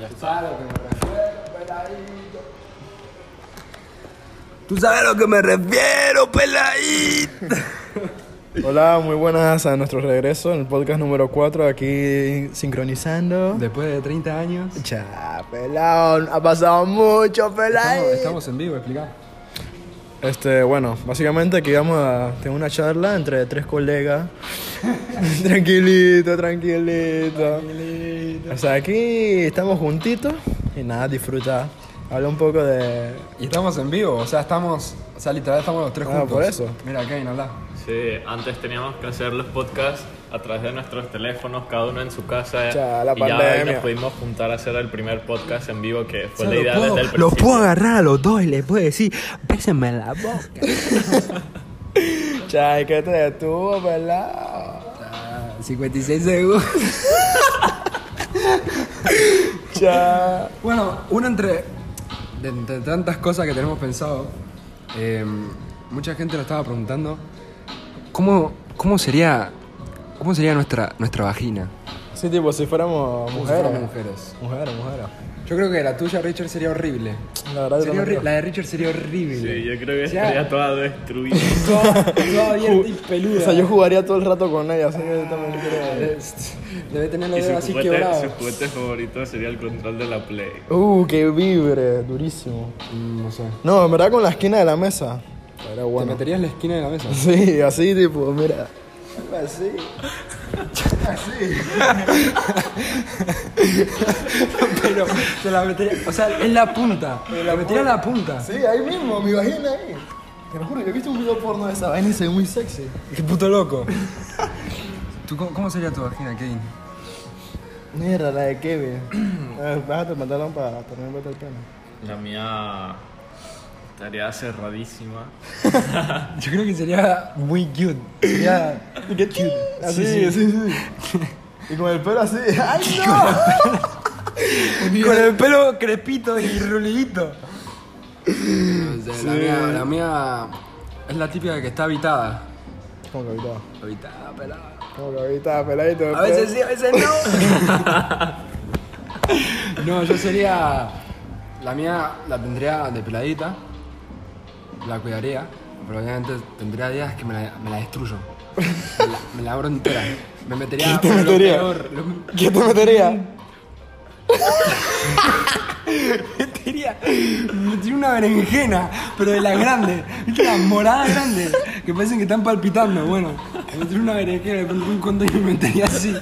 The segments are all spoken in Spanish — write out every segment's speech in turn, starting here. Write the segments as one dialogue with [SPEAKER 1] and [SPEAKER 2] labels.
[SPEAKER 1] Ya está.
[SPEAKER 2] ¿Sabes a lo que me refiero, peladito?
[SPEAKER 3] Tú sabes a lo que me refiero, peladito.
[SPEAKER 4] Hola, muy buenas a nuestro regreso en el podcast número 4, aquí sincronizando.
[SPEAKER 1] Después de 30 años,
[SPEAKER 4] Cha, pelado, ha pasado mucho, pelado.
[SPEAKER 1] estamos, estamos en vivo, explica.
[SPEAKER 4] Este, bueno, básicamente aquí vamos a tener una charla entre tres colegas. tranquilito, tranquilito, O sea, aquí estamos juntitos y nada, disfruta. Habla un poco de...
[SPEAKER 1] Y estamos en vivo, o sea, estamos, o sea, literal estamos los tres
[SPEAKER 4] Ah,
[SPEAKER 1] juntos.
[SPEAKER 4] por eso.
[SPEAKER 1] Mira, Kevin, habla.
[SPEAKER 5] Sí, antes teníamos que hacer los podcasts a través de nuestros teléfonos, cada uno en su casa.
[SPEAKER 4] Ya, la
[SPEAKER 5] y ya hoy
[SPEAKER 4] pandemia.
[SPEAKER 5] nos pudimos juntar a hacer el primer podcast en vivo que fue
[SPEAKER 3] O sea,
[SPEAKER 5] Pues la idea desde el principio.
[SPEAKER 3] agarrar a los dos y les puedo decir, pésenme la boca.
[SPEAKER 4] Cha, ¿y ¿qué te detuvo, pelado?
[SPEAKER 1] Ah, 56 segundos.
[SPEAKER 4] Cha.
[SPEAKER 1] Bueno, uno entre, de, entre tantas cosas que tenemos pensado, eh, mucha gente nos estaba preguntando cómo, cómo sería, cómo sería nuestra, nuestra vagina.
[SPEAKER 4] Sí, tipo, si fuéramos
[SPEAKER 1] Como si
[SPEAKER 4] mujeres.
[SPEAKER 1] fuéramos mujeres.
[SPEAKER 4] Mujeres, mujeres.
[SPEAKER 1] Yo creo que la tuya, Richard, sería horrible.
[SPEAKER 4] La verdad, yo
[SPEAKER 1] Sería
[SPEAKER 4] no
[SPEAKER 1] horri-
[SPEAKER 4] creo.
[SPEAKER 1] la de Richard sería horrible.
[SPEAKER 5] Sí, yo creo que
[SPEAKER 1] Ya.
[SPEAKER 5] estaría toda destruida.
[SPEAKER 4] O sea, yo jugaría todo el rato con ella, así que yo también creo.
[SPEAKER 1] Este, Debe tener los
[SPEAKER 5] y su
[SPEAKER 1] dedos así
[SPEAKER 5] juguete,
[SPEAKER 1] quebrados.
[SPEAKER 5] su juguete favorito sería el control de la Play.
[SPEAKER 4] Uh, qué vibre, durísimo.
[SPEAKER 1] Mm, No sé.
[SPEAKER 4] No, en verdad con la esquina de la mesa. Era
[SPEAKER 1] ¿Te
[SPEAKER 4] bueno.
[SPEAKER 1] meterías en la esquina de la mesa?
[SPEAKER 4] Sí, así tipo, mira. Así.
[SPEAKER 1] Pero te la metería. O sea, en la punta. la metería en la punta.
[SPEAKER 4] Sí, ahí mismo, mi vagina ahí. Te lo juro, yo he visto un video porno de esa vaina y se ve muy sexy.
[SPEAKER 1] Qué puto loco. ¿Tú, cómo, cómo sería tu vagina, Kevin?
[SPEAKER 4] Mira, la de Kevin. A ver, Bájate el pantalón para ponerme el pelo.
[SPEAKER 5] La mía estaría cerradísima.
[SPEAKER 1] Yo creo que sería muy cute. Sería.
[SPEAKER 4] ¿Qué Así, sí, sí, Y con el pelo así. ¡Ay, no!
[SPEAKER 1] Con el pelo crepito y rulidito. La, mía, la mía es la típica que está habitada.
[SPEAKER 4] Como que ahorita.
[SPEAKER 1] Habitada, pelada.
[SPEAKER 4] Como que ahorita, peladito.
[SPEAKER 1] A veces sí, a veces no. no, yo sería. La mía la tendría depiladita. La cuidaría. Pero obviamente tendría días que me la, me la destruyo. Me la, me la abro entera. Me metería.
[SPEAKER 4] ¿Qué
[SPEAKER 1] pero
[SPEAKER 4] te
[SPEAKER 1] lo
[SPEAKER 4] metería?
[SPEAKER 1] peor, lo-
[SPEAKER 4] ¿Qué te metería?
[SPEAKER 1] Tenía, tiene una berenjena, pero de las grandes, ¿viste? las moradas grandes, que parecen que están palpitando. Bueno, tiene una berenjena, de pronto un conto y me metería así.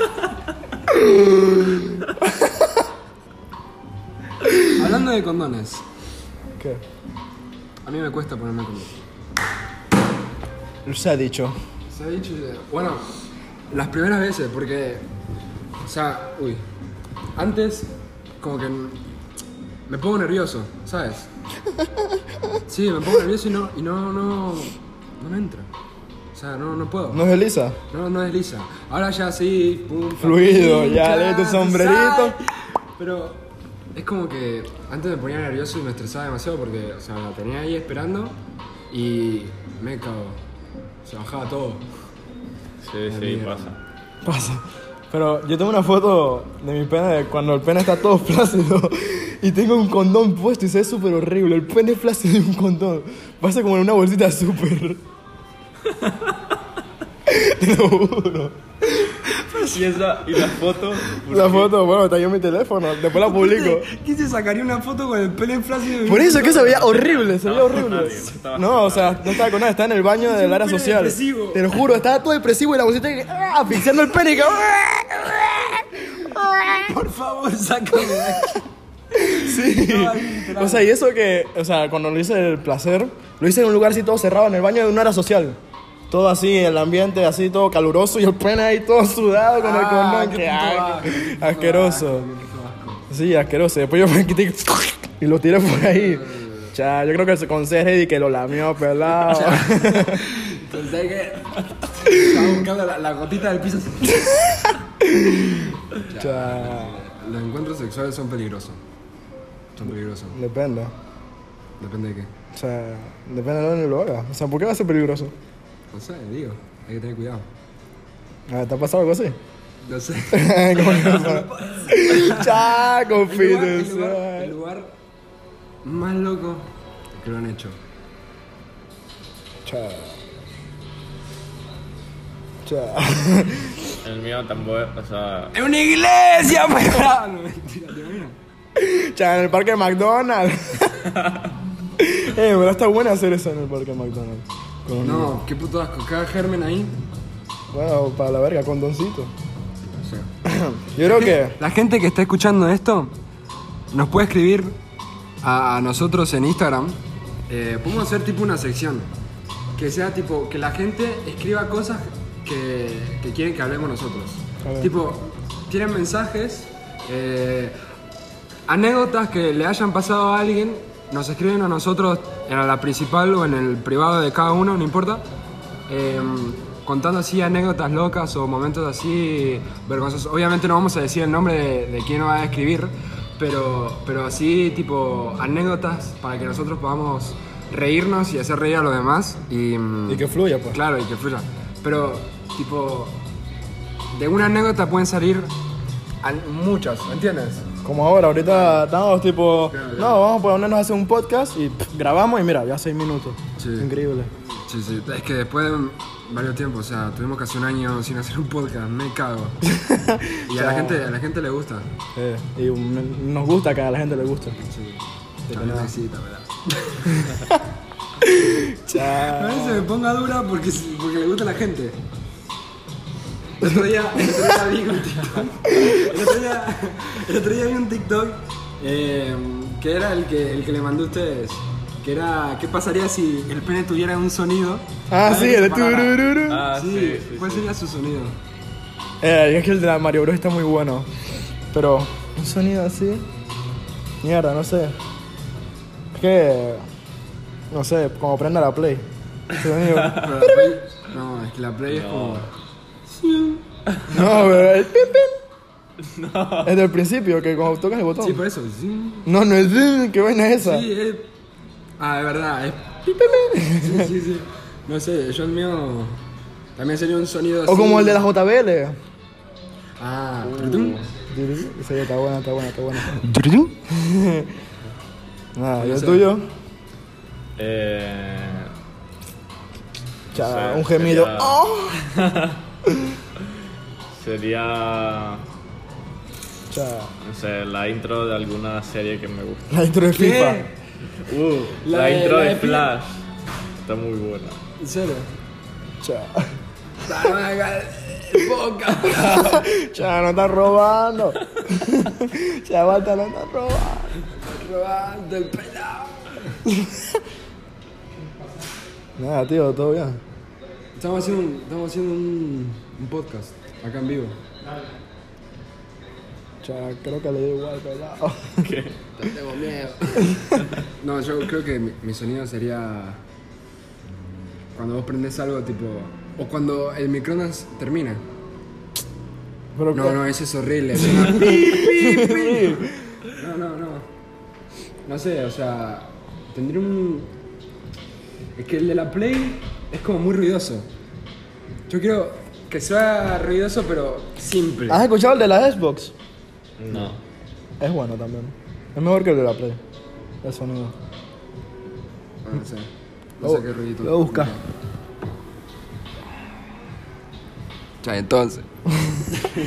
[SPEAKER 1] Hablando de condones,
[SPEAKER 4] ¿Qué?
[SPEAKER 1] a mí me cuesta ponerme condón.
[SPEAKER 4] Se ha dicho.
[SPEAKER 1] Se ha dicho, eh, bueno, las primeras veces, porque, o sea, uy, antes como que n- me pongo nervioso, ¿sabes? Sí, me pongo nervioso y no, y no, no, no me entra. O sea, no, no puedo.
[SPEAKER 4] ¿No es Elisa?
[SPEAKER 1] No, no desliza. Ahora ya sí, pum, pam,
[SPEAKER 4] Fluido,
[SPEAKER 1] pum,
[SPEAKER 4] ya,
[SPEAKER 1] chan,
[SPEAKER 4] léete sombrerito.
[SPEAKER 1] sai. Pero es como que antes me ponía nervioso y me estresaba demasiado porque, o sea, la tenía ahí esperando y me cago. Se bajaba todo.
[SPEAKER 5] Sí, sí, pasa.
[SPEAKER 4] Pasa. Pero yo tengo una foto de mi pene de cuando el pene está todo flácido y tengo un condón puesto y se ve súper horrible. El pene flácido y un condón. Pasa como en una bolsita súper. Te lo juro.
[SPEAKER 5] Y, esa, y la foto.
[SPEAKER 4] La foto, bueno, está yo en mi teléfono. Después la publico.
[SPEAKER 1] ¿Quién se sacaría una foto con el pelo flácido?
[SPEAKER 4] Por eso es que se veía horrible, se veía
[SPEAKER 5] Estabas con
[SPEAKER 4] horrible.
[SPEAKER 5] nadie, estabas
[SPEAKER 4] No, o sea, no estaba con nadie, estaba en el baño del área
[SPEAKER 1] pene
[SPEAKER 4] social.
[SPEAKER 1] depresivo.
[SPEAKER 4] Te lo juro, estaba todo depresivo y la bolsita que- ¡ah! asfixiando el pene. y que-
[SPEAKER 1] Por favor, sácame de aquí.
[SPEAKER 4] Sí.
[SPEAKER 1] No, ahí, literal.
[SPEAKER 4] O sea, y eso que, o sea, cuando lo hice el placer, lo hice en un lugar así todo cerrado, en el baño de una área social. Todo así, el ambiente así todo caluroso y el pene ahí todo sudado con el
[SPEAKER 1] Ah,
[SPEAKER 4] condón.
[SPEAKER 1] qué
[SPEAKER 4] que,
[SPEAKER 1] puto
[SPEAKER 4] ay,
[SPEAKER 1] asco, qué puto
[SPEAKER 4] asqueroso.
[SPEAKER 1] asco.
[SPEAKER 4] Sí, asqueroso. Después yo me quité y lo tiré por ahí. Cha, yo creo que el consejo es que lo lamió pelado.
[SPEAKER 1] Entonces hay que. Estaba buscando la, la gotita del piso. así.
[SPEAKER 4] Cha,
[SPEAKER 1] Los encuentros sexuales son peligrosos. Son peligrosos.
[SPEAKER 4] depende.
[SPEAKER 1] Depende de qué.
[SPEAKER 4] O sea, depende de dónde lo haga. O sea, ¿por qué va a ser peligroso?
[SPEAKER 1] No sé, digo, hay que tener cuidado.
[SPEAKER 4] Ah, ¿Te ha pasado algo así?
[SPEAKER 1] No sé.
[SPEAKER 4] Como que no- Chaco,
[SPEAKER 1] El lugar, el, lugar,
[SPEAKER 4] Peterson.
[SPEAKER 1] el lugar más loco que lo han hecho.
[SPEAKER 4] Cha. Cha.
[SPEAKER 5] El mío tampoco, o sea,
[SPEAKER 1] ¡Es una iglesia,
[SPEAKER 4] pues!
[SPEAKER 1] perra! No, mentira, te imaginas.
[SPEAKER 4] Cha, en el parque de McDonald's. eh, pero está bueno hacer eso en el parque de McDonald's. Con-
[SPEAKER 1] No, qué puto asco. Cada germen ahí.
[SPEAKER 4] Bueno, para la verga, condoncito.
[SPEAKER 1] O sea,
[SPEAKER 4] Yo creo que.
[SPEAKER 1] La gente que está escuchando esto nos puede escribir a, a nosotros en Instagram. Eh, podemos hacer tipo una sección. Que sea tipo, que la gente escriba cosas que, que quieren que hablemos nosotros.
[SPEAKER 4] A ver.
[SPEAKER 1] Tipo, tienen mensajes, eh, anécdotas que le hayan pasado a alguien, nos escriben a nosotros en la principal o en el privado de cada uno, no importa. Eh, contando así anécdotas locas o momentos así vergonzosos. Obviamente no vamos a decir el nombre de, de quién va a escribir, pero, pero así tipo anécdotas para que nosotros podamos reírnos y hacer reír a los demás. Y, mm,
[SPEAKER 4] Y que fluya, pues.
[SPEAKER 1] Claro, y que fluya. Pero, tipo, de una anécdota pueden salir an- muchas, ¿entiendes?
[SPEAKER 4] Como ahora, ahorita estamos tipo.
[SPEAKER 1] Claro, claro.
[SPEAKER 4] No, vamos a ponernos a hacer un podcast y pff, grabamos y mira, ya seis minutos.
[SPEAKER 1] Sí.
[SPEAKER 4] Increíble.
[SPEAKER 1] Sí, sí, es que después de varios tiempos, o sea, tuvimos casi un año sin hacer un podcast, me cago. Y a la gente, a la gente le gusta.
[SPEAKER 4] Eh, y un- nos gusta que a la gente le gusta.
[SPEAKER 1] Sí. A mí me excita, ¿verdad?
[SPEAKER 4] Chao.
[SPEAKER 1] A veces me ponga dura porque, porque le gusta a la gente. El otro día, el otro día vi un TikTok. El otro día, el otro día vi un TikTok eh, que era el que, el que le mandé a ustedes. Que era, ¿qué pasaría si el pene tuviera un sonido?
[SPEAKER 4] Ah, sí, el de
[SPEAKER 1] Para-
[SPEAKER 4] turururu.
[SPEAKER 5] ah, sí,
[SPEAKER 1] Sí,
[SPEAKER 5] sí,
[SPEAKER 1] ¿cuál
[SPEAKER 5] sí.
[SPEAKER 1] sería su sonido?
[SPEAKER 4] Eh, es que el de la Mario Bros está muy bueno. Pero, un sonido así. Mierda, no sé. Es que. No sé, como prenda la play. Sonido.
[SPEAKER 5] Ah.
[SPEAKER 1] Pero la Play- no, es que la Play es como...
[SPEAKER 4] no, pero el pim pim. Es del principio, que cuando tocas el botón.
[SPEAKER 1] Sí, por eso. Sí,
[SPEAKER 4] No, no es. zin, ¿Qué vaina es esa?
[SPEAKER 1] sí, es... Ah, de verdad, es...
[SPEAKER 4] Pim, pim, pim.
[SPEAKER 1] Sí, sí, sí. No sé, yo el mío... También sería un sonido así.
[SPEAKER 4] O como el de la Uh, JBL.
[SPEAKER 1] Ah, tutum.
[SPEAKER 4] Sí, está buena, está buena, está buena. Nada, ¿y el tuyo?
[SPEAKER 5] Eh,
[SPEAKER 4] Cha,
[SPEAKER 5] Sí,
[SPEAKER 4] Ah, un gemido.
[SPEAKER 5] sería-
[SPEAKER 4] ¡Oh!
[SPEAKER 5] sería,
[SPEAKER 4] Cha,
[SPEAKER 5] no sé, la intro de alguna serie que me gusta.
[SPEAKER 4] la intro de
[SPEAKER 1] ¿Qué?
[SPEAKER 4] FIFA.
[SPEAKER 5] Uh,
[SPEAKER 1] La
[SPEAKER 5] la,
[SPEAKER 1] de-
[SPEAKER 5] intro
[SPEAKER 1] la
[SPEAKER 5] de,
[SPEAKER 1] de Pin-
[SPEAKER 5] Flash. Está muy buena.
[SPEAKER 1] ¿En serio?
[SPEAKER 4] Cha.
[SPEAKER 1] Poca.
[SPEAKER 4] Cha, no están robando. Cha, basta, no están robando.
[SPEAKER 1] Robando el pelado.
[SPEAKER 4] Nada, tío, todo bien.
[SPEAKER 1] Estamos haciendo, un, estamos haciendo un, un podcast acá en vivo.
[SPEAKER 4] Cha, creo que le dio igual, pelado.
[SPEAKER 5] ¿Qué?
[SPEAKER 1] Tengo miedo. No, yo creo que mi, mi sonido sería cuando vos prendés algo tipo o cuando el microondas termina.
[SPEAKER 4] Pero
[SPEAKER 1] No, no, eso es horrible. suena pi, pi, pi. No, no, no. No sé, o sea, tendría un es que el de la Play es como muy ruidoso. Yo quiero que sea ruidoso pero simple.
[SPEAKER 4] ¿Has escuchado el de la Xbox?
[SPEAKER 5] No.
[SPEAKER 4] Es bueno también. Es mejor que el de la Play. El sonido.
[SPEAKER 1] Ah, no sé. No sé
[SPEAKER 4] Lo-
[SPEAKER 1] qué ruidito.
[SPEAKER 4] Lo busca.
[SPEAKER 1] Ya, entonces.